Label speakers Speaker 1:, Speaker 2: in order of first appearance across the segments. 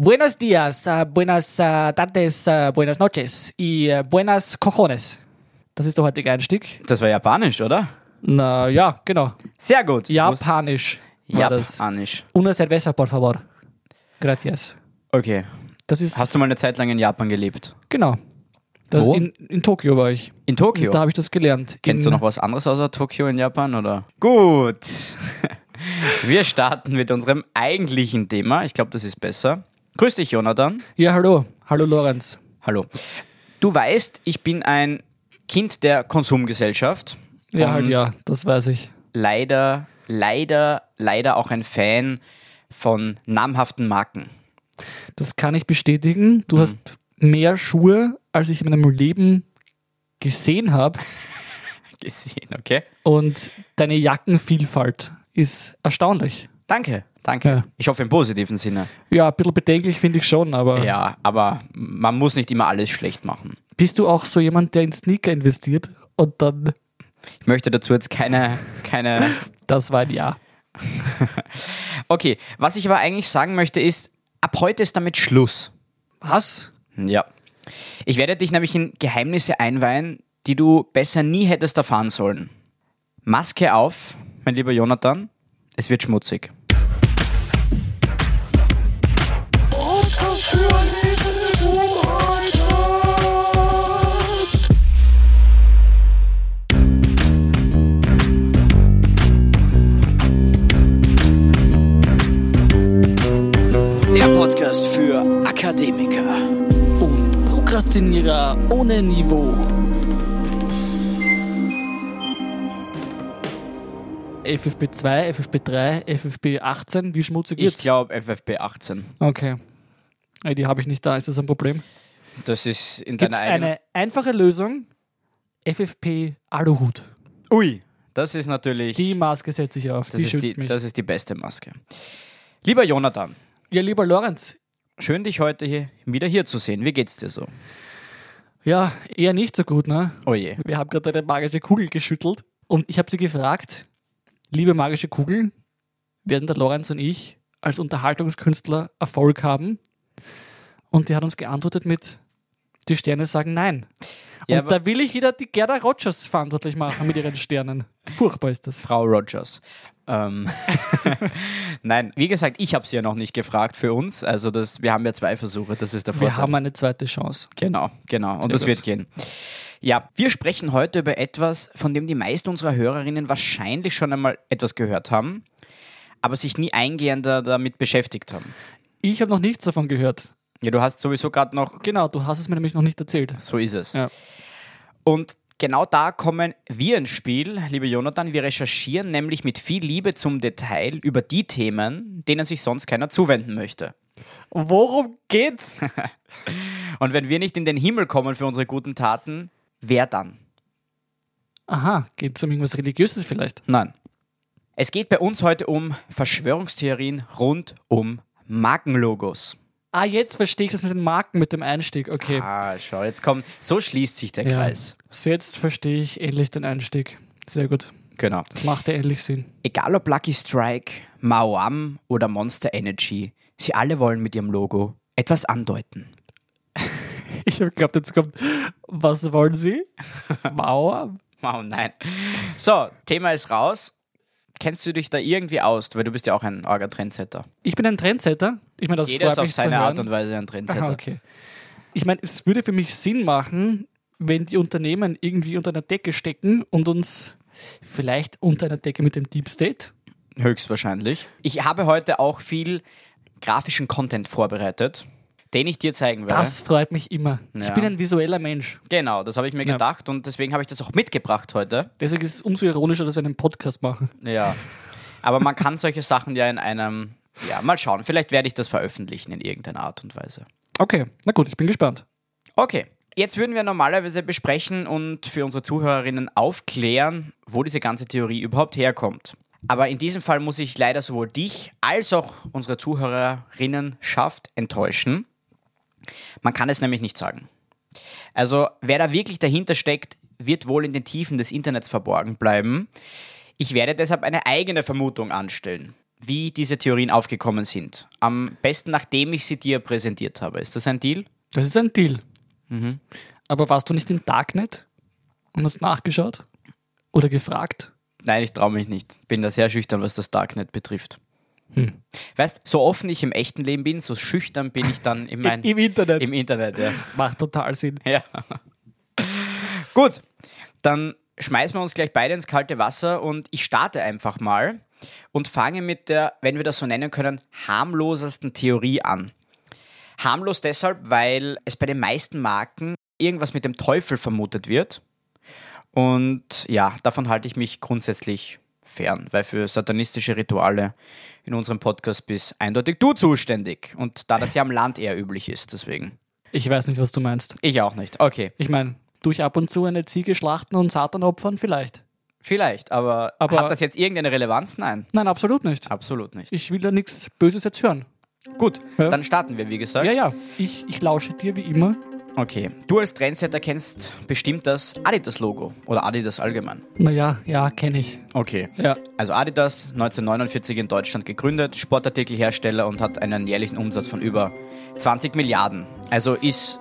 Speaker 1: Buenos días, äh, buenas äh, tardes, äh, buenas noches y äh, buenas cojones. Das ist der heutige Einstieg.
Speaker 2: Das war japanisch, oder?
Speaker 1: Na ja, genau.
Speaker 2: Sehr gut.
Speaker 1: Japanisch war das.
Speaker 2: Japanisch.
Speaker 1: Una cerveza, por favor. Gracias.
Speaker 2: Okay.
Speaker 1: Das ist
Speaker 2: Hast du mal eine Zeit lang in Japan gelebt?
Speaker 1: genau. Das
Speaker 2: Wo?
Speaker 1: In, in Tokio war ich.
Speaker 2: In Tokio.
Speaker 1: Da habe ich das gelernt.
Speaker 2: Kennst
Speaker 1: in,
Speaker 2: du noch was anderes außer Tokio in Japan, oder? Gut. Wir starten mit unserem eigentlichen Thema. Ich glaube, das ist besser. Grüß dich, Jonathan.
Speaker 1: Ja, hallo. Hallo Lorenz.
Speaker 2: Hallo. Du weißt, ich bin ein Kind der Konsumgesellschaft.
Speaker 1: Ja, halt
Speaker 2: Und
Speaker 1: ja, das weiß ich.
Speaker 2: Leider, leider, leider auch ein Fan von namhaften Marken.
Speaker 1: Das kann ich bestätigen.
Speaker 2: Mhm.
Speaker 1: Du hast mehr Schuhe, als ich in meinem Leben gesehen habe.
Speaker 2: Gesehen, okay?
Speaker 1: Und deine Jackenvielfalt ist erstaunlich.
Speaker 2: Danke, danke.
Speaker 1: Ja.
Speaker 2: Ich hoffe im positiven Sinne.
Speaker 1: Ja, ein bisschen bedenklich finde ich schon, aber
Speaker 2: Ja, aber man muss nicht immer alles schlecht machen.
Speaker 1: bist du auch so jemand, der in Sneaker investiert und dann,
Speaker 2: Ich möchte dazu jetzt keine, keine.
Speaker 1: das war ein Ja.
Speaker 2: Okay, was ich aber eigentlich sagen möchte ist, ab heute ist damit Schluss.
Speaker 1: Was?
Speaker 2: Ja. Ich werde dich nämlich in Geheimnisse einweihen, die du besser nie hättest erfahren sollen. Maske auf, mein lieber Jonathan, es wird schmutzig.
Speaker 3: Podcast für erlesene Dummheiten.
Speaker 2: Der Podcast für Akademiker.
Speaker 1: Und Prokrastinierer ohne Niveau. FFP2, FFP3, FFP18, wie schmutzig
Speaker 2: Ich
Speaker 1: wird's?
Speaker 2: glaube FFP 18.
Speaker 1: Okay. Ey, Die habe ich nicht da, ist das ein Problem?
Speaker 2: Das ist in
Speaker 1: Gibt
Speaker 2: deiner
Speaker 1: es
Speaker 2: eigenen.
Speaker 1: eine einfache Lösung? FFP Aluhut.
Speaker 2: Ui, das ist natürlich.
Speaker 1: Die Maske setze ich auf,
Speaker 2: das,
Speaker 1: die
Speaker 2: ist
Speaker 1: schützt
Speaker 2: die,
Speaker 1: mich.
Speaker 2: das ist die beste Maske. Lieber Jonathan,
Speaker 1: Ja, lieber Lorenz,
Speaker 2: schön dich heute hier, wieder hier zu sehen. Wie geht's dir so?
Speaker 1: ja, eher nicht so gut, ne?
Speaker 2: Oh je.
Speaker 1: Wir haben gerade eine magische Kugel geschüttelt und ich habe sie gefragt, liebe magische Kugel, werden der Lorenz und ich als Unterhaltungskünstler Erfolg haben? Und die hat uns geantwortet mit, die Sterne sagen nein.
Speaker 2: Ja,
Speaker 1: und
Speaker 2: aber-
Speaker 1: da will ich wieder die Gerda Rogers verantwortlich machen mit ihren Sternen. Furchtbar ist das.
Speaker 2: Frau Rogers. Ähm, Nein, wie gesagt, ich habe sie ja noch nicht gefragt für uns. Also das, wir haben ja zwei Versuche, das ist der
Speaker 1: Wir
Speaker 2: Vorteil.
Speaker 1: haben eine zweite Chance.
Speaker 2: genau, genau. Und das
Speaker 1: gut.
Speaker 2: wird gehen. Ja, wir sprechen heute über etwas, von dem die meisten unserer Hörerinnen wahrscheinlich schon einmal etwas gehört haben, aber sich nie eingehender damit beschäftigt haben.
Speaker 1: Ich habe noch nichts davon gehört.
Speaker 2: Ja, du hast sowieso gerade noch,
Speaker 1: Genau, du hast es mir nämlich noch nicht erzählt.
Speaker 2: so ist es.
Speaker 1: Ja.
Speaker 2: Und genau da kommen wir ins Spiel, liebe Jonathan. Wir recherchieren nämlich mit viel Liebe zum Detail über die Themen, denen sich sonst keiner zuwenden möchte.
Speaker 1: Worum geht's?
Speaker 2: Und wenn wir nicht in den Himmel kommen für unsere guten Taten, wer dann?
Speaker 1: Aha, geht's um irgendwas Religiöses vielleicht?
Speaker 2: Nein. Es geht bei uns heute um Verschwörungstheorien rund um Markenlogos.
Speaker 1: Ah, jetzt verstehe ich das mit den Marken, mit dem Einstieg. Okay.
Speaker 2: Ah, schau, jetzt kommt, so schließt sich der
Speaker 1: Ja.
Speaker 2: Kreis.
Speaker 1: So, jetzt verstehe ich endlich den Einstieg. Sehr gut.
Speaker 2: Genau.
Speaker 1: Das macht ja endlich Sinn.
Speaker 2: Egal ob Lucky Strike, Mauam oder Monster Energy, sie alle wollen mit ihrem Logo etwas andeuten.
Speaker 1: Ich habe geglaubt, jetzt kommt, was wollen Sie? Mauer?
Speaker 2: Oh nein. So, Thema ist raus. Kennst du dich da irgendwie aus? Weil du bist ja auch ein arger Trendsetter.
Speaker 1: Ich bin ein Trendsetter. Ich meine, das
Speaker 2: Jeder ist
Speaker 1: freut
Speaker 2: auf
Speaker 1: mich zu
Speaker 2: seine
Speaker 1: hören.
Speaker 2: Art und Weise ein Trendsetter.
Speaker 1: Ah, okay. Ich meine, es würde für mich Sinn machen, wenn die Unternehmen irgendwie unter einer Decke stecken und uns vielleicht unter einer Decke mit dem Deep State.
Speaker 2: Höchstwahrscheinlich. Ich habe heute auch viel grafischen Content vorbereitet, den ich dir zeigen werde.
Speaker 1: Das freut mich immer. Ich
Speaker 2: Ja.
Speaker 1: bin ein visueller Mensch.
Speaker 2: Genau, das habe ich mir
Speaker 1: Ja.
Speaker 2: gedacht und deswegen habe ich das auch mitgebracht heute.
Speaker 1: Deswegen ist es umso ironischer, dass wir einen Podcast machen.
Speaker 2: Ja. Aber man kann solche Sachen ja in einem. Ja, mal schauen. Vielleicht werde ich das veröffentlichen in irgendeiner Art und Weise.
Speaker 1: Okay, na gut, ich bin gespannt.
Speaker 2: Okay. Jetzt würden wir normalerweise besprechen und für unsere Zuhörerinnen aufklären, wo diese ganze Theorie überhaupt herkommt. Aber in diesem Fall muss ich leider sowohl dich als auch unsere Zuhörerinnen schafft enttäuschen. Man kann es nämlich nicht sagen. Also wer da wirklich dahinter steckt, wird wohl in den Tiefen des Internets verborgen bleiben. Ich werde deshalb eine eigene Vermutung anstellen. wie diese Theorien aufgekommen sind. Am besten, nachdem ich sie dir präsentiert habe. Ist das ein Deal?
Speaker 1: Das ist ein Deal. Aber warst du nicht im Darknet und hast nachgeschaut oder gefragt?
Speaker 2: Nein, ich traue mich nicht. Bin da sehr schüchtern, was das Darknet betrifft.
Speaker 1: Hm.
Speaker 2: Weißt, so offen ich im echten Leben bin, so schüchtern bin ich dann in mein,
Speaker 1: Im Internet.
Speaker 2: im Internet. Ja.
Speaker 1: Macht total Sinn.
Speaker 2: Ja. Gut, dann schmeißen wir uns gleich beide ins kalte Wasser und ich starte einfach mal und fange mit der, wenn wir das so nennen können, harmlosesten Theorie an. Harmlos deshalb, weil es bei den meisten Marken irgendwas mit dem Teufel vermutet wird. Und ja, davon halte ich mich grundsätzlich fern, weil für satanistische Rituale in unserem Podcast bist eindeutig du zuständig. Und da das ja am Land eher üblich ist, deswegen.
Speaker 1: Ich weiß nicht, was du meinst.
Speaker 2: Ich auch nicht. Okay.
Speaker 1: Ich meine, durch ab und zu eine Ziege schlachten und Satan opfern vielleicht.
Speaker 2: Vielleicht, aber,
Speaker 1: Aber-
Speaker 2: hat das jetzt irgendeine Relevanz? Nein,
Speaker 1: Nein, absolut nicht.
Speaker 2: absolut nicht.
Speaker 1: Ich will da nichts Böses jetzt hören.
Speaker 2: Gut,
Speaker 1: Ja.
Speaker 2: dann starten wir, wie gesagt.
Speaker 1: Ja, ja. Ich, ich lausche dir wie immer.
Speaker 2: Okay, du als Trendsetter kennst bestimmt das Adidas-Logo oder Adidas allgemein.
Speaker 1: Naja, ja, kenne ich.
Speaker 2: Okay.
Speaker 1: Ja.
Speaker 2: Also Adidas, 1949 in Deutschland gegründet, Sportartikelhersteller und hat einen jährlichen Umsatz von über 20 Milliarden. Also ist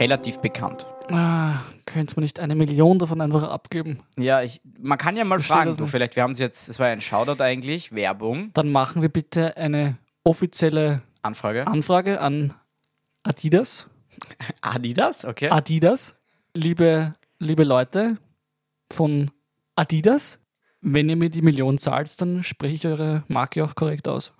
Speaker 2: relativ bekannt.
Speaker 1: Ah, könntest du mir nicht eine Million davon einfach abgeben?
Speaker 2: Ja, ich, man kann ja mal
Speaker 1: Verstehe
Speaker 2: fragen,
Speaker 1: das
Speaker 2: du,
Speaker 1: nicht.
Speaker 2: vielleicht, wir haben es jetzt, es war ja ein Shoutout eigentlich, Werbung,
Speaker 1: Dann machen wir bitte eine offizielle
Speaker 2: Anfrage.
Speaker 1: Anfrage an Adidas.
Speaker 2: Adidas, okay.
Speaker 1: Adidas, liebe, liebe Leute von Adidas, wenn ihr mir die Million zahlt, dann spreche ich eure Marke auch korrekt aus.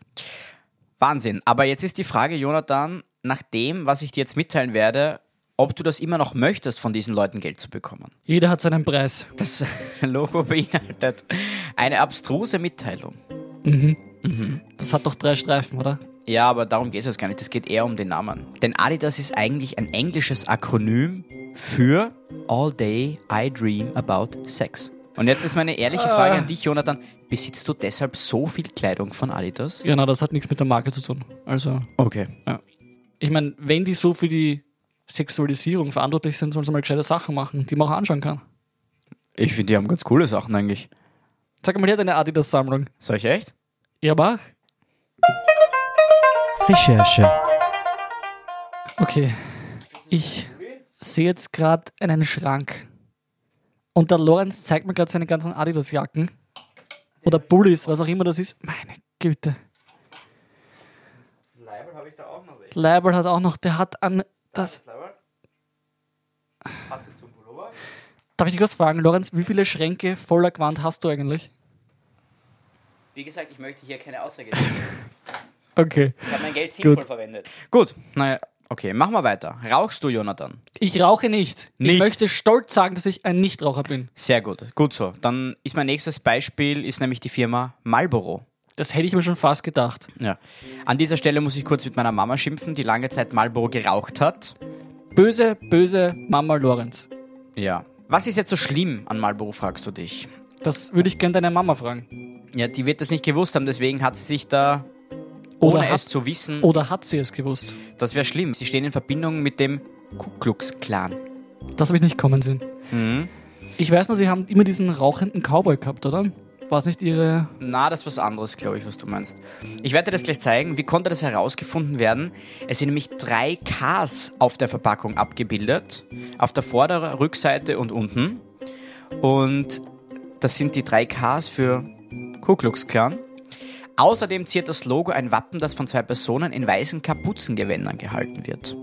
Speaker 2: Wahnsinn. Aber jetzt ist die Frage, Jonathan, nach dem, was ich dir jetzt mitteilen werde, ob du das immer noch möchtest, von diesen Leuten Geld zu bekommen.
Speaker 1: Jeder hat seinen Preis.
Speaker 2: Das Logo beinhaltet eine abstruse Mitteilung.
Speaker 1: Das hat doch drei Streifen, oder?
Speaker 2: Ja, aber darum geht es jetzt gar nicht. Es geht eher um den Namen. Denn Adidas ist eigentlich ein englisches Akronym für All Day I Dream About Sex. Und jetzt ist meine ehrliche Frage an dich, Jonathan. Besitzt du deshalb so viel Kleidung von Adidas?
Speaker 1: Genau, das hat nichts mit der Marke zu tun. Also,
Speaker 2: Okay.
Speaker 1: ich meine, wenn die so für die Sexualisierung verantwortlich sind, sollen sie mal gescheite Sachen machen, die man auch anschauen kann.
Speaker 2: Ich finde, die haben ganz coole Sachen eigentlich.
Speaker 1: Zeig mal her deine Adidas-Sammlung.
Speaker 2: Solche echt?
Speaker 1: Ja, mach.
Speaker 4: Recherche.
Speaker 1: Okay. Ich sehe jetzt gerade einen Schrank. Und der Lorenz zeigt mir gerade seine ganzen Adidas-Jacken. Oder Bullis, was auch immer das ist. Meine Güte.
Speaker 2: Leibel habe ich da auch noch welche.
Speaker 1: Leibel hat auch noch, der hat an das.
Speaker 2: Leibel? Passt jetzt zum Pullover?
Speaker 1: Darf ich dich kurz fragen, Lorenz, wie viele Schränke voller Quant hast du eigentlich?
Speaker 2: Wie gesagt, ich möchte hier keine Aussage treffen.
Speaker 1: Okay.
Speaker 2: Ich habe mein Geld sinnvoll
Speaker 1: Gut.
Speaker 2: verwendet. Gut, naja, okay, machen wir weiter. Rauchst du, Jonathan?
Speaker 1: Ich rauche nicht.
Speaker 2: Nicht.
Speaker 1: Ich möchte stolz sagen, dass ich ein Nichtraucher bin.
Speaker 2: Sehr gut, gut so. Dann ist mein nächstes Beispiel, ist nämlich die Firma Marlboro.
Speaker 1: Das hätte ich mir schon fast gedacht.
Speaker 2: Ja. An dieser Stelle muss ich kurz mit meiner Mama schimpfen, die lange Zeit Marlboro geraucht hat.
Speaker 1: Böse, böse Mama Lorenz.
Speaker 2: Ja. Was ist jetzt so schlimm an Marlboro, fragst du dich?
Speaker 1: Das würde ich gerne deine Mama fragen.
Speaker 2: Ja, die wird das nicht gewusst haben, deswegen hat sie sich da,
Speaker 1: Oder
Speaker 2: ohne
Speaker 1: hat-
Speaker 2: es zu wissen,
Speaker 1: Oder hat sie es gewusst?
Speaker 2: das wäre schlimm. Sie stehen in Verbindung mit dem Ku Klux Klan.
Speaker 1: Das habe ich nicht kommen sehen.
Speaker 2: Mhm.
Speaker 1: Ich weiß nur, sie haben immer diesen rauchenden Cowboy gehabt, oder? War es nicht ihre.
Speaker 2: Na, das ist was anderes, glaube ich, was du meinst. Ich werde dir das gleich zeigen. Wie konnte das herausgefunden werden? Es sind nämlich drei Ks auf der Verpackung abgebildet. Auf der Vorder-, Rückseite und unten. Und das sind die drei Ks für Ku Klux Klan. Außerdem ziert das Logo ein Wappen, das von zwei Personen in weißen Kapuzengewändern gehalten wird.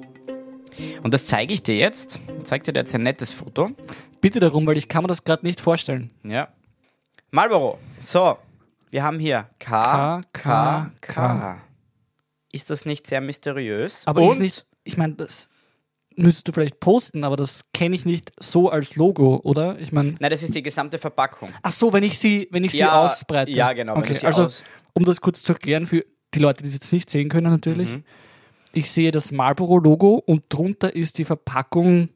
Speaker 2: Und das zeige ich dir jetzt. Ich zeige dir jetzt ein nettes Foto.
Speaker 1: Bitte darum, weil ich kann mir das gerade nicht vorstellen.
Speaker 2: Ja. Marlboro. So, wir haben hier
Speaker 1: K,
Speaker 2: K,
Speaker 1: K,
Speaker 2: K, K. Ist das nicht sehr mysteriös?
Speaker 1: Aber
Speaker 2: Und
Speaker 1: ist nicht. Ich meine, das müsstest du vielleicht posten, aber das kenne ich nicht so als Logo, oder? Ich meine.
Speaker 2: Nein, das ist die gesamte Verpackung.
Speaker 1: Ach so, wenn ich sie, wenn ich sie
Speaker 2: Ja,
Speaker 1: ausbreite.
Speaker 2: ja, genau, wenn
Speaker 1: Okay,
Speaker 2: du sie
Speaker 1: also,
Speaker 2: aus-
Speaker 1: um das kurz zu erklären für die Leute, die es jetzt nicht sehen können, natürlich.
Speaker 2: Mhm.
Speaker 1: Ich sehe das Marlboro-Logo und drunter ist die Verpackung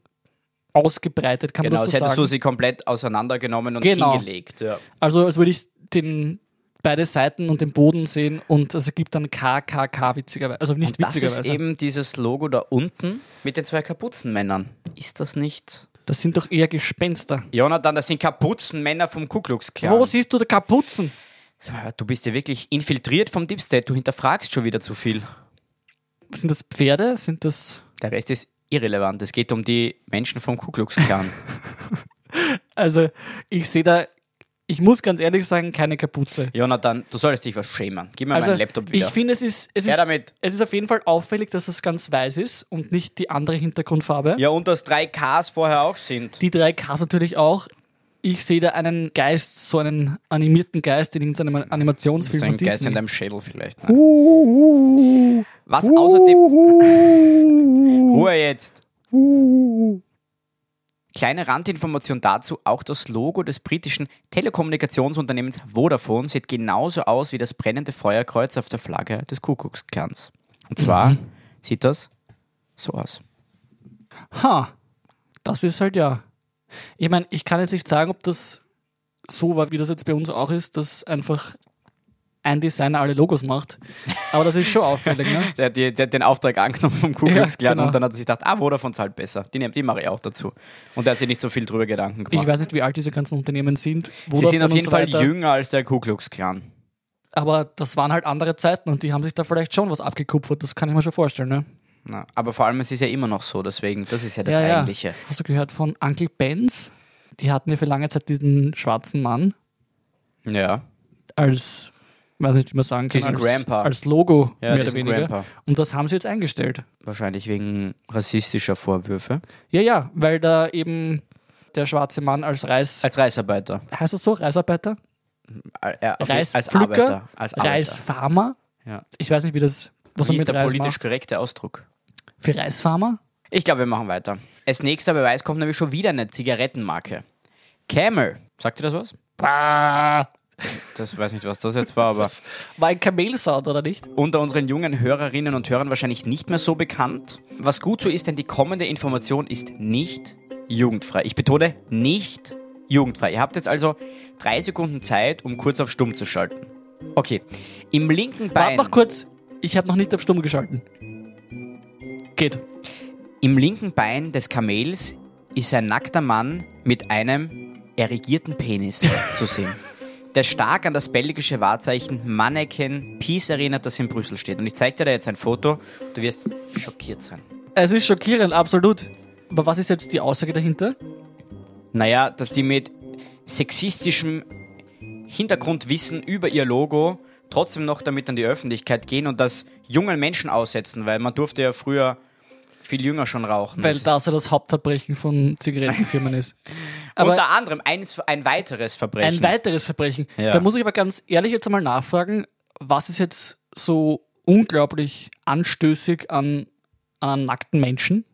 Speaker 1: ausgebreitet, kann man
Speaker 2: Genau,
Speaker 1: das
Speaker 2: als
Speaker 1: so
Speaker 2: hättest
Speaker 1: sagen?
Speaker 2: du sie komplett auseinandergenommen und
Speaker 1: Genau.
Speaker 2: hingelegt. Ja.
Speaker 1: Also als würde ich den beide Seiten und den Boden sehen und es ergibt dann KKK witzigerweise. Also nicht
Speaker 2: Das
Speaker 1: witzigerweise.
Speaker 2: ist eben dieses Logo da unten mit den zwei Kapuzenmännern. Ist das nicht?
Speaker 1: das sind doch eher Gespenster.
Speaker 2: Jonathan, das sind Kapuzenmänner vom Ku Klux Klan.
Speaker 1: Wo siehst du die Kapuzen?
Speaker 2: Sag mal, Du bist ja wirklich infiltriert vom Dipstead, du hinterfragst schon wieder zu viel.
Speaker 1: Sind das Pferde? Sind das.
Speaker 2: Der Rest ist irrelevant. Es geht um die Menschen vom Ku Klux Klan.
Speaker 1: Also, ich sehe da, ich muss ganz ehrlich sagen, keine Kapuze.
Speaker 2: Jonathan, du solltest dich was schämen. Gib mir
Speaker 1: Also,
Speaker 2: meinen Laptop
Speaker 1: ich
Speaker 2: wieder.
Speaker 1: finde, es ist, es,
Speaker 2: Her
Speaker 1: ist,
Speaker 2: damit.
Speaker 1: es ist auf jeden Fall auffällig, dass es ganz weiß ist und nicht die andere Hintergrundfarbe.
Speaker 2: ja, und dass drei Ks vorher auch sind.
Speaker 1: Die drei Ks natürlich auch. Ich sehe da einen Geist, so einen animierten Geist in irgendeinem Animationsfilm
Speaker 2: So ein
Speaker 1: von
Speaker 2: Geist in
Speaker 1: Disney. Uh,
Speaker 2: deinem Schädel vielleicht. Ne? Was außerdem.
Speaker 1: Uh.
Speaker 2: Ruhe jetzt! Kleine Randinformation dazu: Auch das Logo des britischen Telekommunikationsunternehmens Vodafone sieht genauso aus wie das brennende Feuerkreuz auf der Flagge des Kuckuckskerns. Und zwar
Speaker 1: Mhm.
Speaker 2: sieht das so aus.
Speaker 1: Ha, das ist halt ja. Ich meine, ich kann jetzt nicht sagen, ob das so war, wie das jetzt bei uns auch ist, dass einfach ein Designer alle Logos macht. Aber das ist schon auffällig, ne?
Speaker 2: Der, hat die- der hat den Auftrag angenommen vom Ku
Speaker 1: Ja,
Speaker 2: Klux Klan
Speaker 1: genau.
Speaker 2: und dann hat er sich gedacht, ah, Vodafone zahlt besser. Die, nehm- die mache ich auch dazu. Und der hat sich nicht so viel drüber Gedanken gemacht.
Speaker 1: Ich weiß nicht, wie alt diese ganzen Unternehmen sind.
Speaker 2: Sie sind
Speaker 1: Vodafone
Speaker 2: auf
Speaker 1: und
Speaker 2: jeden
Speaker 1: so
Speaker 2: Fall
Speaker 1: weiter.
Speaker 2: jünger als der Ku Klux Klan.
Speaker 1: Aber das waren halt andere Zeiten und die haben sich da vielleicht schon was abgekupfert. Das kann ich mir schon vorstellen, ne?
Speaker 2: Na, aber vor allem, es ist ja immer noch so, deswegen, das ist ja das
Speaker 1: Ja, ja.
Speaker 2: Eigentliche.
Speaker 1: Hast du gehört von Uncle Benz? Die hatten ja für lange Zeit diesen schwarzen Mann
Speaker 2: Ja.
Speaker 1: als, weiß nicht, wie man sagen kann,
Speaker 2: Diesen
Speaker 1: als,
Speaker 2: Grandpa.
Speaker 1: als Logo
Speaker 2: Ja,
Speaker 1: mehr oder
Speaker 2: diesen
Speaker 1: weniger.
Speaker 2: Grandpa.
Speaker 1: Und das haben sie jetzt eingestellt.
Speaker 2: Wahrscheinlich wegen rassistischer Vorwürfe.
Speaker 1: Ja, ja, weil da eben der schwarze Mann als Reis,
Speaker 2: Als Reißarbeiter.
Speaker 1: heißt das so, Reisarbeiter?
Speaker 2: Al- äh, auf- als
Speaker 1: Reispflücker?
Speaker 2: Arbeiter. Als Arbeiter.
Speaker 1: Reisfarmer?
Speaker 2: Ja.
Speaker 1: Ich weiß nicht, wie das, was
Speaker 2: Wie
Speaker 1: man
Speaker 2: ist
Speaker 1: mit
Speaker 2: der
Speaker 1: Reis
Speaker 2: politisch
Speaker 1: macht.
Speaker 2: korrekte Ausdruck?
Speaker 1: Für Reisfarmer?
Speaker 2: Ich glaube, wir machen weiter. Als nächster Beweis kommt nämlich schon wieder eine Zigarettenmarke. Camel. Sagt ihr das was?
Speaker 1: Bah!
Speaker 2: Das weiß nicht, was das jetzt war, aber
Speaker 1: Das war ein Kamelsound, oder nicht?
Speaker 2: unter unseren jungen Hörerinnen und Hörern wahrscheinlich nicht mehr so bekannt. Was gut so ist, denn die kommende Information ist nicht jugendfrei. Ich betone nicht jugendfrei. Ihr habt jetzt also drei Sekunden Zeit, um kurz auf Stumm zu schalten. Okay. Im linken
Speaker 1: Warte
Speaker 2: Bein.
Speaker 1: noch kurz, ich habe noch nicht auf Stumm geschalten. Geht.
Speaker 2: Im linken Bein des Kamels ist ein nackter Mann mit einem erregierten Penis zu sehen, der stark an das belgische Wahrzeichen Manneken Peace erinnert, das in Brüssel steht. Und ich zeige dir da jetzt ein Foto, du wirst schockiert sein.
Speaker 1: Es ist schockierend, absolut. Aber was ist jetzt die Aussage dahinter?
Speaker 2: Naja, dass die mit sexistischem Hintergrundwissen über ihr Logo trotzdem noch damit an die Öffentlichkeit gehen und das jungen Menschen aussetzen, weil man durfte ja früher viel jünger schon rauchen.
Speaker 1: Weil
Speaker 2: Das ist-
Speaker 1: das ja das Hauptverbrechen von Zigarettenfirmen ist. Aber
Speaker 2: unter anderem eines, ein weiteres Verbrechen.
Speaker 1: ein weiteres Verbrechen.
Speaker 2: Ja.
Speaker 1: Da muss ich aber ganz ehrlich jetzt einmal nachfragen, was ist jetzt so unglaublich anstößig an, an einem nackten Menschen?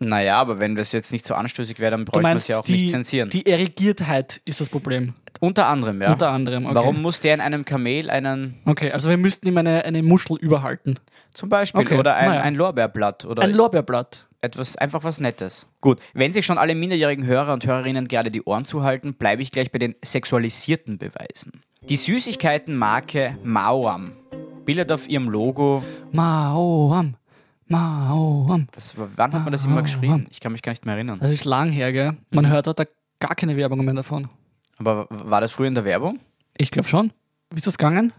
Speaker 2: Naja, aber wenn das jetzt nicht so anstößig wäre, dann
Speaker 1: Du
Speaker 2: bräuchte man
Speaker 1: meinst,
Speaker 2: es ja auch
Speaker 1: die,
Speaker 2: nicht zensieren.
Speaker 1: die Erregiertheit ist das Problem.
Speaker 2: unter anderem, ja.
Speaker 1: Unter anderem. Okay.
Speaker 2: Warum muss der in einem Kamel einen,
Speaker 1: Okay, also wir müssten ihm eine, eine Muschel überhalten.
Speaker 2: zum Beispiel,
Speaker 1: Okay,
Speaker 2: oder ein,
Speaker 1: naja.
Speaker 2: ein Lorbeerblatt oder
Speaker 1: Ein Lorbeerblatt.
Speaker 2: etwas, einfach was Nettes? Gut, wenn sich schon alle minderjährigen Hörer und Hörerinnen gerade die Ohren zuhalten, bleibe ich gleich bei den sexualisierten Beweisen. Die Süßigkeitenmarke Mauam bildet auf ihrem Logo,
Speaker 1: Maoam. Maoam.
Speaker 2: das, war- wann hat man das
Speaker 1: Ah.
Speaker 2: immer geschrieben? Ich kann mich gar nicht mehr erinnern.
Speaker 1: Das ist lang her, gell? Man hört da gar keine Werbung mehr davon.
Speaker 2: Aber w- war das früher in der Werbung?
Speaker 1: Ich glaube schon. Wie ist das gegangen?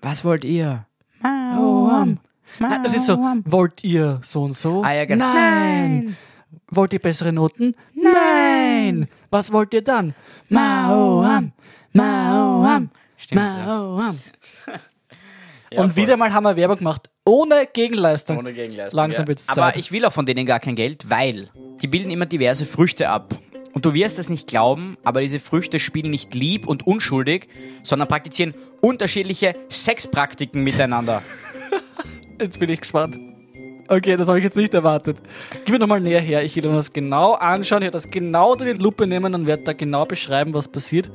Speaker 2: Was wollt ihr?
Speaker 1: Nein, das ist so, wollt ihr so und so?
Speaker 2: Ah, ja, genau.
Speaker 1: Nein. Wollt ihr bessere Noten? Nein. Was wollt ihr dann? Maoam, Maoam,
Speaker 2: Stimmt, ja.
Speaker 1: Maoam.
Speaker 2: Ja,
Speaker 1: und
Speaker 2: voll.
Speaker 1: wieder mal haben wir Werbung gemacht, ohne Gegenleistung.
Speaker 2: Ohne Gegenleistung.
Speaker 1: Langsam
Speaker 2: ja.
Speaker 1: wird's
Speaker 2: Aber
Speaker 1: Zeit.
Speaker 2: ich will auch von denen gar kein Geld, weil die bilden immer diverse Früchte ab. Und du wirst es nicht glauben, aber diese Früchte spielen nicht lieb und unschuldig, sondern praktizieren unterschiedliche Sexpraktiken miteinander.
Speaker 1: Jetzt bin ich gespannt. Okay, das habe ich jetzt nicht erwartet. Gib mir nochmal näher her. Ich will mir das genau anschauen. Ich werde das genau unter die Lupe nehmen und werde da genau beschreiben, was passiert.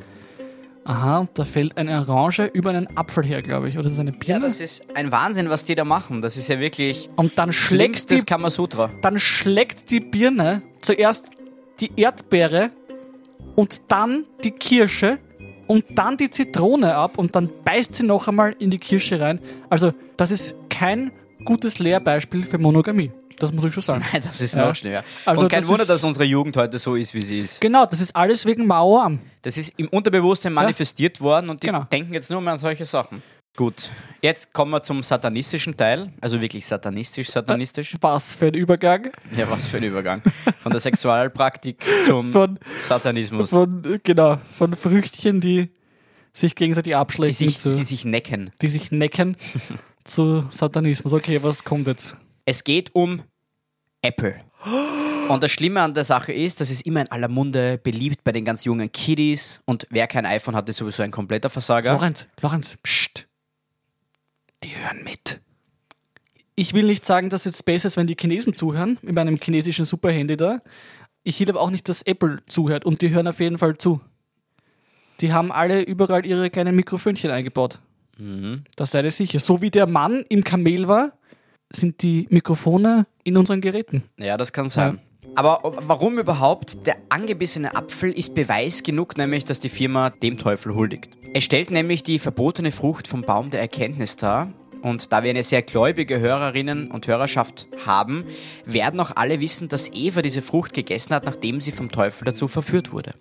Speaker 1: Aha, da fällt eine Orange über einen Apfel her, glaube ich. Oder ist es eine
Speaker 2: ja,
Speaker 1: Birne?
Speaker 2: das ist ein Wahnsinn, was die da machen. Das ist ja wirklich
Speaker 1: und dann schlägt, die,
Speaker 2: schlimmstes Kamasutra.
Speaker 1: dann schlägt die Birne zuerst die Erdbeere und dann die Kirsche und dann die Zitrone ab und dann beißt sie noch einmal in die Kirsche rein. Also, das ist kein gutes Lehrbeispiel für Monogamie. Das muss ich schon sagen.
Speaker 2: Nein, das ist
Speaker 1: Ja.
Speaker 2: noch schlimmer.
Speaker 1: Also
Speaker 2: und kein
Speaker 1: das
Speaker 2: Wunder,
Speaker 1: ist-
Speaker 2: dass unsere Jugend heute so ist, wie sie ist.
Speaker 1: Genau, das ist alles wegen Mao am.
Speaker 2: Das ist im Unterbewusstsein manifestiert worden und die
Speaker 1: Genau.
Speaker 2: denken jetzt nur mehr an solche Sachen. Gut, jetzt kommen wir zum satanistischen Teil. Also wirklich satanistisch, satanistisch.
Speaker 1: Was für ein Übergang
Speaker 2: Ja, was für ein Übergang. Von der Sexualpraktik zum
Speaker 1: von,
Speaker 2: Satanismus.
Speaker 1: von, äh, genau, von Früchtchen, die sich gegenseitig
Speaker 2: Die
Speaker 1: abschlecken,
Speaker 2: sich,
Speaker 1: zu,
Speaker 2: die sich necken.
Speaker 1: die sich necken zu Satanismus. Okay, was kommt jetzt?
Speaker 2: Es geht um Apple. Und das Schlimme an der Sache ist, das ist immer in aller Munde, beliebt bei den ganz jungen Kiddies. Und wer kein iPhone hat, ist sowieso ein kompletter Versager.
Speaker 1: Lorenz, Lorenz, psst. Die hören mit. Ich will nicht sagen, dass es besser ist, wenn die Chinesen zuhören, mit meinem chinesischen Superhandy da. Ich will aber auch nicht, dass Apple zuhört und die hören auf jeden Fall zu. Die haben alle überall ihre kleinen Mikrofönchen eingebaut. Das sei dir sicher. So wie der Mann im Kamel war, sind die Mikrofone in unseren Geräten.
Speaker 2: Ja, das kann sein. Aber o- warum überhaupt? Der angebissene Apfel ist Beweis genug, nämlich, dass die Firma dem Teufel huldigt. Es stellt nämlich die verbotene Frucht vom Baum der Erkenntnis dar. Und da wir eine sehr gläubige Hörerinnen und Hörerschaft haben, werden auch alle wissen, dass Eva diese Frucht gegessen hat, nachdem sie vom Teufel dazu verführt wurde.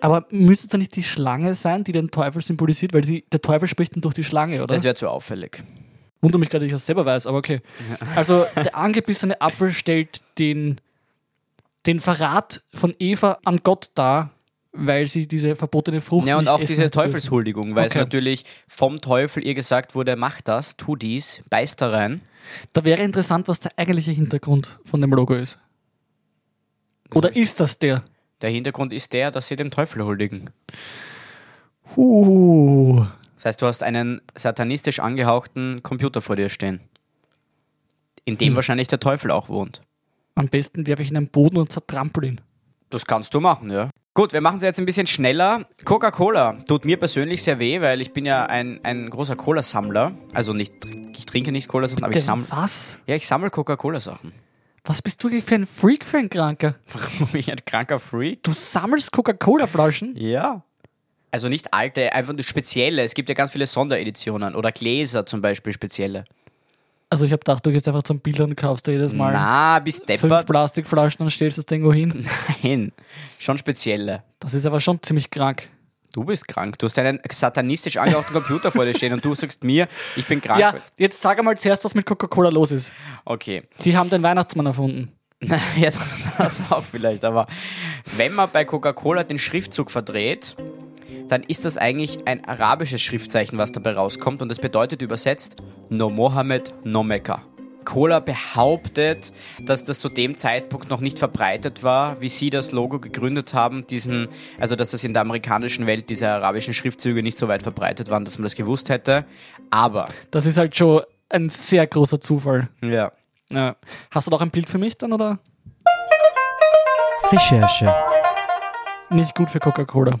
Speaker 1: Aber müsste es dann nicht die Schlange sein, die den Teufel symbolisiert? Weil die, der Teufel spricht dann durch die Schlange, oder?
Speaker 2: Das wäre zu auffällig.
Speaker 1: Wundere mich gerade, dass ich das selber weiß, aber okay. Also der angebissene Apfel stellt den, den Verrat von Eva an Gott dar, weil sie diese verbotene Frucht
Speaker 2: Ja, und
Speaker 1: nicht
Speaker 2: auch
Speaker 1: essen
Speaker 2: diese
Speaker 1: hätte dürfen.
Speaker 2: Teufelshuldigung, weil
Speaker 1: Okay.
Speaker 2: es natürlich vom Teufel ihr gesagt wurde, mach das, tu dies, beiß da rein.
Speaker 1: Da wäre interessant, was der eigentliche Hintergrund von dem Logo ist. Oder ist das der?
Speaker 2: Der Hintergrund ist der, dass sie dem Teufel huldigen.
Speaker 1: Uh,
Speaker 2: Das heißt, du hast einen satanistisch angehauchten Computer vor dir stehen, in
Speaker 1: Hm.
Speaker 2: dem wahrscheinlich der Teufel auch wohnt.
Speaker 1: am besten werfe ich ihn am Boden und zertrampel ihn.
Speaker 2: Das kannst du machen, ja. Gut, wir machen es jetzt ein bisschen schneller. Coca-Cola tut mir persönlich sehr weh, weil ich bin ja ein, ein großer Cola-Sammler. Also nicht, ich trinke nicht Cola-Sachen, aber ich
Speaker 1: Der
Speaker 2: sammle.
Speaker 1: was?
Speaker 2: Ja, ich sammle Coca-Cola-Sachen.
Speaker 1: Was bist du eigentlich für ein Freak, für ein Kranker?
Speaker 2: Warum bin ich ein kranker Freak?
Speaker 1: Du sammelst Coca-Cola-Flaschen?
Speaker 2: Ja. Also nicht alte, einfach nur spezielle. Es gibt ja ganz viele Sondereditionen oder Gläser zum Beispiel spezielle.
Speaker 1: Also ich habe gedacht, du gehst einfach zum Bildern und kaufst dir jedes Mal
Speaker 2: Na, bis
Speaker 1: fünf
Speaker 2: deppert.
Speaker 1: Plastikflaschen und stellst das Ding wohin.
Speaker 2: Nein, schon spezielle.
Speaker 1: Das ist aber schon ziemlich krank.
Speaker 2: Du bist krank. Du hast einen satanistisch angehauchten Computer vor dir stehen und du sagst mir, ich bin krank.
Speaker 1: Ja, jetzt sag einmal zuerst, was mit Coca-Cola los ist.
Speaker 2: Okay.
Speaker 1: Die haben den Weihnachtsmann erfunden.
Speaker 2: ja, das auch vielleicht, aber wenn man bei Coca-Cola den Schriftzug verdreht, dann ist das eigentlich ein arabisches Schriftzeichen, was dabei rauskommt und das bedeutet übersetzt No Mohammed, No Mecca. Cola behauptet, dass das zu dem Zeitpunkt noch nicht verbreitet war, wie sie das Logo gegründet haben, diesen, also dass das in der amerikanischen Welt diese arabischen Schriftzüge nicht so weit verbreitet waren, dass man das gewusst hätte. Aber
Speaker 1: Das ist halt schon ein sehr großer Zufall.
Speaker 2: ja.
Speaker 1: Ja. Hast du noch ein Bild für mich dann, oder?
Speaker 4: Recherche.
Speaker 1: Nicht gut für Coca-Cola.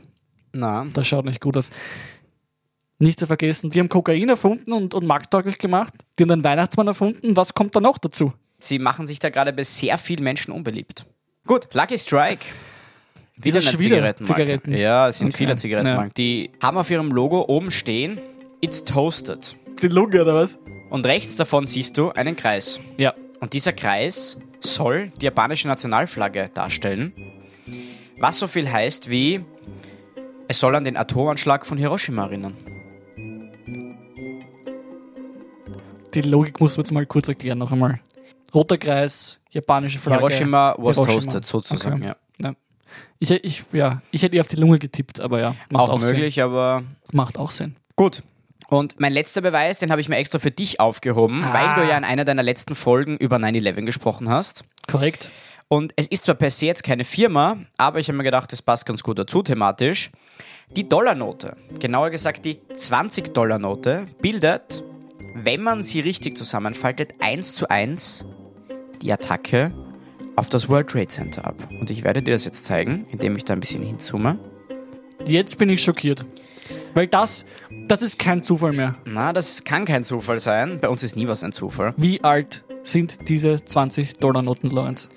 Speaker 2: Na,
Speaker 1: Das schaut nicht gut aus. Nicht zu vergessen, die haben Kokain erfunden und, und markttauglich gemacht. Die haben den Weihnachtsmann erfunden. Was kommt da noch dazu?
Speaker 2: sie machen sich da gerade bei sehr vielen Menschen unbeliebt. Gut, Lucky Strike. Wieder
Speaker 1: Ist das
Speaker 2: eine
Speaker 1: schon wieder
Speaker 2: Zigarettenmarke.
Speaker 1: Zigaretten?
Speaker 2: Ja, es sind
Speaker 1: Okay.
Speaker 2: viele Zigarettenmarken. Die haben auf ihrem Logo oben stehen, It's Toasted.
Speaker 1: Die Lunge oder was?
Speaker 2: Und rechts davon siehst du einen Kreis.
Speaker 1: Ja.
Speaker 2: Und dieser Kreis soll die japanische Nationalflagge darstellen. Was so viel heißt wie, es soll an den Atomanschlag von Hiroshima erinnern.
Speaker 1: Die Logik muss man jetzt mal kurz erklären noch einmal. Roter Kreis, japanische Flagge.
Speaker 2: Hiroshima was
Speaker 1: Hiroshima.
Speaker 2: toasted, sozusagen.
Speaker 1: Okay.
Speaker 2: Ja.
Speaker 1: Ich, ich, ja, ich hätte eher auf die Lunge getippt, aber ja, macht
Speaker 2: Auch,
Speaker 1: auch,
Speaker 2: möglich, aber
Speaker 1: Sinn. Macht auch Sinn.
Speaker 2: Gut. Und mein letzter Beweis, den habe ich mir extra für dich aufgehoben, weil du ja in einer deiner letzten Folgen über 9-11 gesprochen hast.
Speaker 1: Korrekt.
Speaker 2: Und es ist zwar per se jetzt keine Firma, aber ich habe mir gedacht, das passt ganz gut dazu thematisch. Die Dollarnote, genauer gesagt die 20-Dollar-Note, bildet, wenn man sie richtig zusammenfaltet, eins zu eins die Attacke auf das World Trade Center ab. Und ich werde dir das jetzt zeigen, indem ich da ein bisschen hinzoome.
Speaker 1: Jetzt bin ich schockiert. Weil das, das ist kein Zufall mehr.
Speaker 2: Na, das kann kein Zufall sein. Bei uns ist nie was ein Zufall.
Speaker 1: Wie alt sind diese 20-Dollar-Noten, Lorenz?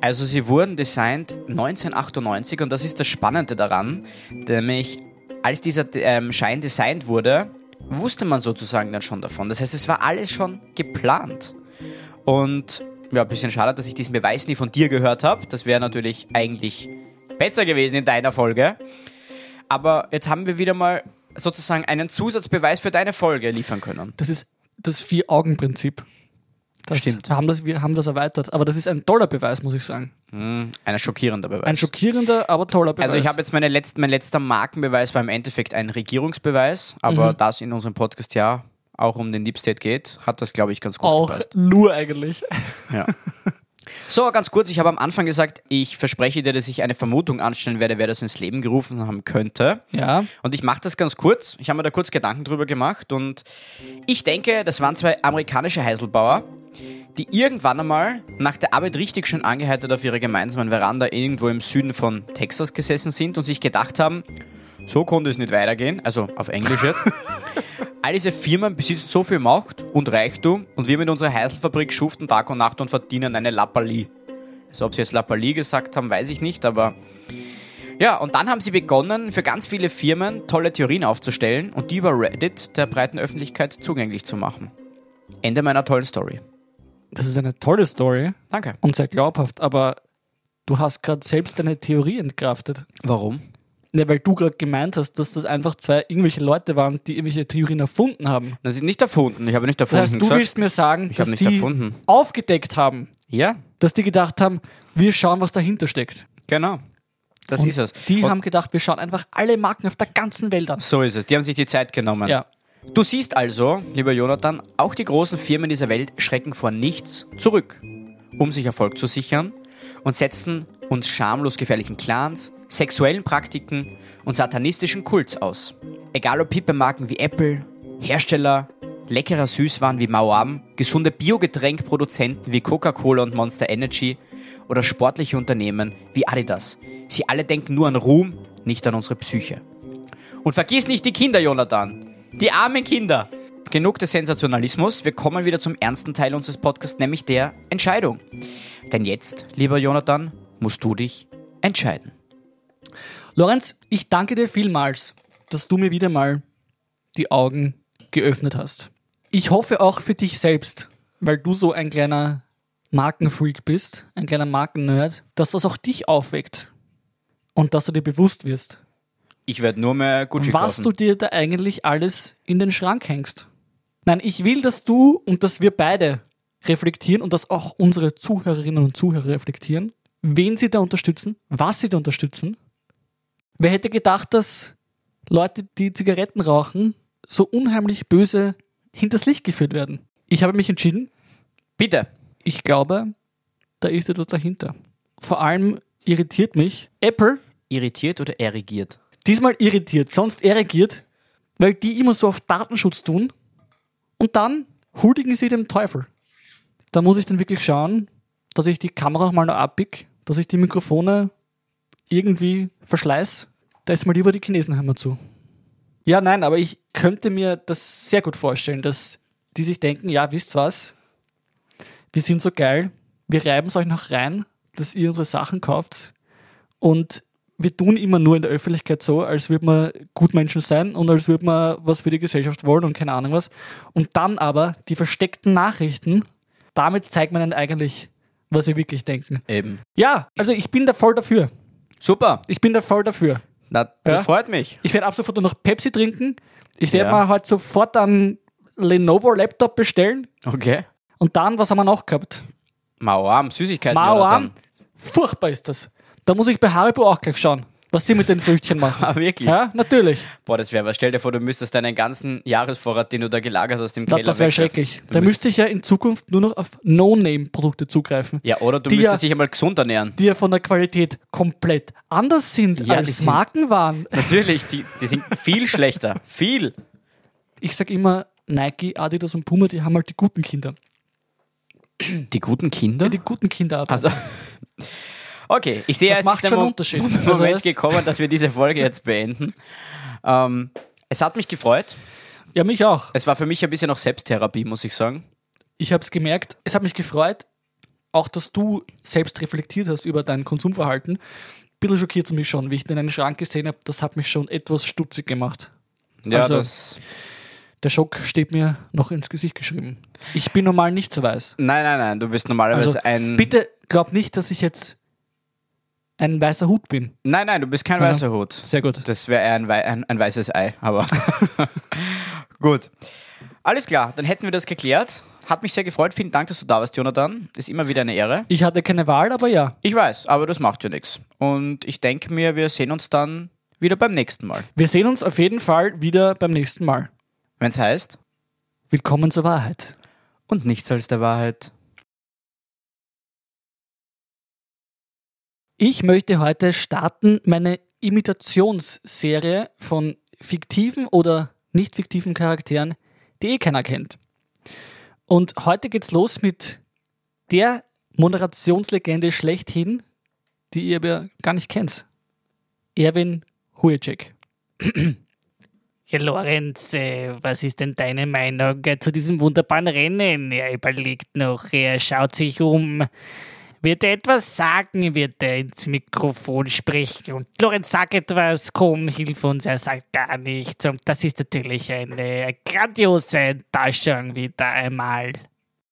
Speaker 2: Also sie wurden designt 1998 und das ist das Spannende daran, nämlich als dieser ähm, Schein designt wurde, wusste man sozusagen dann schon davon. Das heißt, es war alles schon geplant. Und Ja, ein bisschen schade, dass ich diesen Beweis nie von dir gehört habe. Das wäre natürlich eigentlich besser gewesen in deiner Folge. Aber jetzt haben wir wieder mal sozusagen einen Zusatzbeweis für deine Folge liefern können.
Speaker 1: Das ist das Vier-Augen-Prinzip. Das
Speaker 2: Stimmt.
Speaker 1: Haben das, wir haben das erweitert. Aber das ist ein toller Beweis, muss ich sagen.
Speaker 2: Hm, ein schockierender Beweis.
Speaker 1: Ein schockierender, aber toller Beweis.
Speaker 2: also ich habe jetzt meine letzten, mein letzter Markenbeweis war im Endeffekt ein Regierungsbeweis, aber
Speaker 1: Mhm.
Speaker 2: da es in unserem Podcast ja auch um den Deep State geht, hat das, glaube ich, ganz gut
Speaker 1: auch
Speaker 2: gepasst.
Speaker 1: nur eigentlich.
Speaker 2: Ja. So, ganz kurz, ich habe am Anfang gesagt, ich verspreche dir, dass ich eine Vermutung anstellen werde, wer das ins Leben gerufen haben könnte.
Speaker 1: Ja.
Speaker 2: Und ich mache das ganz kurz. Ich habe mir da kurz Gedanken drüber gemacht und ich denke, das waren zwei amerikanische Heiselbauer, die irgendwann einmal nach der Arbeit richtig schön angeheitert auf ihrer gemeinsamen Veranda irgendwo im Süden von Texas gesessen sind und sich gedacht haben, so konnte es nicht weitergehen, also auf Englisch jetzt. All diese Firmen besitzen so viel Macht und Reichtum und wir mit unserer Heiselfabrik schuften Tag und Nacht und verdienen eine Lappalie. Also ob sie jetzt Lappalie gesagt haben, weiß ich nicht, aber ja, und dann haben sie begonnen, für ganz viele Firmen tolle Theorien aufzustellen und die über Reddit der breiten Öffentlichkeit zugänglich zu machen. Ende meiner tollen Story.
Speaker 1: Das ist eine tolle Story
Speaker 2: Danke.
Speaker 1: und sehr glaubhaft, aber du hast gerade selbst deine Theorie entkraftet.
Speaker 2: Warum?
Speaker 1: Ne, weil du gerade gemeint hast, dass das einfach zwei irgendwelche Leute waren, die irgendwelche Theorien erfunden haben.
Speaker 2: Das ist nicht erfunden. Ich habe nicht
Speaker 1: Das
Speaker 2: erfunden
Speaker 1: heißt, du
Speaker 2: gesagt.
Speaker 1: willst mir sagen,
Speaker 2: Mhm. Ich hab
Speaker 1: dass
Speaker 2: nicht
Speaker 1: die
Speaker 2: erfunden.
Speaker 1: aufgedeckt haben,
Speaker 2: ja,
Speaker 1: dass die gedacht haben, wir schauen, was dahinter steckt.
Speaker 2: genau. Das ist es.
Speaker 1: Die
Speaker 2: Und
Speaker 1: haben gedacht, wir schauen einfach alle Marken auf der ganzen Welt an.
Speaker 2: so ist es. Die haben sich die Zeit genommen.
Speaker 1: Ja.
Speaker 2: Du siehst also, lieber Jonathan, auch die großen Firmen dieser Welt schrecken vor nichts zurück, um sich Erfolg zu sichern und setzen uns schamlos gefährlichen Clans, sexuellen Praktiken und satanistischen Kults aus. Egal ob Pippemarken wie Apple, Hersteller, leckerer Süßwaren wie Mauam, gesunde Biogetränkproduzenten wie Coca-Cola und Monster Energy oder sportliche Unternehmen wie Adidas. Sie alle denken nur an Ruhm, nicht an unsere Psyche. Und vergiss nicht die Kinder, Jonathan. Die armen Kinder. Genug des Sensationalismus, wir kommen wieder zum ernsten Teil unseres Podcasts, nämlich der Entscheidung. Denn jetzt, lieber Jonathan, musst du dich entscheiden.
Speaker 1: Lorenz, ich danke dir vielmals, dass du mir wieder mal die Augen geöffnet hast. Ich hoffe auch für dich selbst, weil du so ein kleiner Markenfreak bist, ein kleiner Markennerd, dass das auch dich aufweckt und dass du dir bewusst wirst,
Speaker 2: Ich werde nur mehr Gucci
Speaker 1: was du dir da eigentlich alles in den Schrank hängst. Nein, ich will, dass du und dass wir beide reflektieren und dass auch unsere Zuhörerinnen und Zuhörer reflektieren, wen sie da unterstützen, was sie da unterstützen. Wer hätte gedacht, dass Leute, die Zigaretten rauchen, so unheimlich böse hinters Licht geführt werden? Ich habe mich entschieden,
Speaker 2: Bitte.
Speaker 1: ich glaube, da ist etwas dahinter. Vor allem irritiert mich Apple,
Speaker 2: Irritiert oder erregiert?
Speaker 1: diesmal irritiert, sonst erregiert, weil die immer so auf Datenschutz tun und dann huldigen sie dem Teufel. Da muss ich dann wirklich schauen, dass ich die Kamera nochmal noch abpick, dass ich die Mikrofone irgendwie verschleiß. Da ist mal lieber die Chinesenhammer zu. Ja, nein, aber ich könnte mir das sehr gut vorstellen, dass die sich denken, ja, wisst was, wir sind so geil, wir reiben es euch noch rein, dass ihr unsere Sachen kauft und wir tun immer nur in der Öffentlichkeit so, als würde man Gutmenschen sein und als würde man was für die Gesellschaft wollen und keine Ahnung was. Und dann aber die versteckten Nachrichten, damit zeigt man ihnen eigentlich, was sie wirklich denken.
Speaker 2: Eben.
Speaker 1: Ja, also ich bin da voll dafür.
Speaker 2: Super.
Speaker 1: Ich bin da voll dafür.
Speaker 2: Na, das
Speaker 1: Ja.
Speaker 2: freut mich.
Speaker 1: Ich werde ab sofort nur noch Pepsi trinken. Ich werde
Speaker 2: Ja.
Speaker 1: mir halt sofort einen Lenovo-Laptop bestellen.
Speaker 2: Okay.
Speaker 1: Und dann, was haben wir noch gehabt?
Speaker 2: Mauam, Süßigkeiten,
Speaker 1: Mauern.
Speaker 2: Jonathan.
Speaker 1: Furchtbar ist das. Da muss ich bei Haribo auch gleich schauen, was die mit den Früchtchen machen.
Speaker 2: Ah, wirklich?
Speaker 1: Ja, natürlich.
Speaker 2: Boah, das wäre was. Stell dir vor, du müsstest deinen ganzen Jahresvorrat, den du da gelagert hast, aus dem
Speaker 1: Na,
Speaker 2: Keller
Speaker 1: das wäre
Speaker 2: wegwerfen.
Speaker 1: schrecklich.
Speaker 2: Du
Speaker 1: Da
Speaker 2: müsst-
Speaker 1: müsste ich ja in Zukunft nur noch auf No-Name-Produkte zugreifen,
Speaker 2: Ja, oder du
Speaker 1: die
Speaker 2: müsstest
Speaker 1: ja-
Speaker 2: dich einmal gesund ernähren.
Speaker 1: die ja von der Qualität komplett anders sind
Speaker 2: Ja, die
Speaker 1: als
Speaker 2: sind-
Speaker 1: Markenwaren.
Speaker 2: Natürlich, die, die sind viel schlechter. Viel.
Speaker 1: Ich sag immer, Nike, Adidas und Puma, die haben halt die guten Kinder.
Speaker 2: Die guten Kinder?
Speaker 1: Die guten Kinder aber.
Speaker 2: Also, okay, ich sehe,
Speaker 1: Das
Speaker 2: es
Speaker 1: macht
Speaker 2: ist der
Speaker 1: schon
Speaker 2: Mo-
Speaker 1: einen Unterschied.
Speaker 2: Moment
Speaker 1: Also das-
Speaker 2: gekommen, dass wir diese Folge jetzt beenden. Ähm, es hat mich gefreut.
Speaker 1: ja, mich auch.
Speaker 2: Es war für mich ein bisschen auch Selbsttherapie, muss ich sagen.
Speaker 1: Ich habe es gemerkt. Es hat mich gefreut, auch dass du selbst reflektiert hast über dein Konsumverhalten. Bisschen schockiert es mich schon, wie ich den in einen Schrank gesehen habe. Das hat mich schon etwas stutzig gemacht.
Speaker 2: Ja,
Speaker 1: Also-
Speaker 2: das,
Speaker 1: Der Schock steht mir noch ins Gesicht geschrieben. Ich bin normal nicht so weiß.
Speaker 2: Nein, nein, nein, du bist normalerweise
Speaker 1: Also,
Speaker 2: ein.
Speaker 1: bitte glaub nicht, dass ich jetzt ein weißer Hut bin.
Speaker 2: Nein, nein, du bist kein weißer Hut.
Speaker 1: Sehr gut.
Speaker 2: Das wäre eher ein, wei ein, ein weißes Ei, aber gut. Alles klar, dann hätten wir das geklärt. Hat mich sehr gefreut. Vielen Dank, dass du da warst, Jonathan. Ist immer wieder eine Ehre.
Speaker 1: Ich hatte keine Wahl, aber ja.
Speaker 2: Ich weiß, aber das macht ja nichts. Und ich denke mir, wir sehen uns dann wieder beim nächsten Mal.
Speaker 1: Wir sehen uns auf jeden Fall wieder beim nächsten Mal.
Speaker 2: Wenn es heißt,
Speaker 1: Willkommen zur Wahrheit.
Speaker 2: und nichts als der Wahrheit.
Speaker 1: Ich möchte heute starten meine Imitationsserie von fiktiven oder nicht fiktiven Charakteren, die eh keiner kennt. Und heute geht's los mit der Moderationslegende schlechthin, die ihr aber gar nicht kennt. Erwin Hujecek.
Speaker 4: Ja, Lorenz, äh, was ist denn deine Meinung äh, zu diesem wunderbaren Rennen? Er überlegt noch, er schaut sich um. Wird er etwas sagen? Wird er ins Mikrofon sprechen? Und Lorenz, sag etwas, komm, hilf uns. Er sagt gar nichts. Und das ist natürlich eine grandiose Enttäuschung wieder einmal.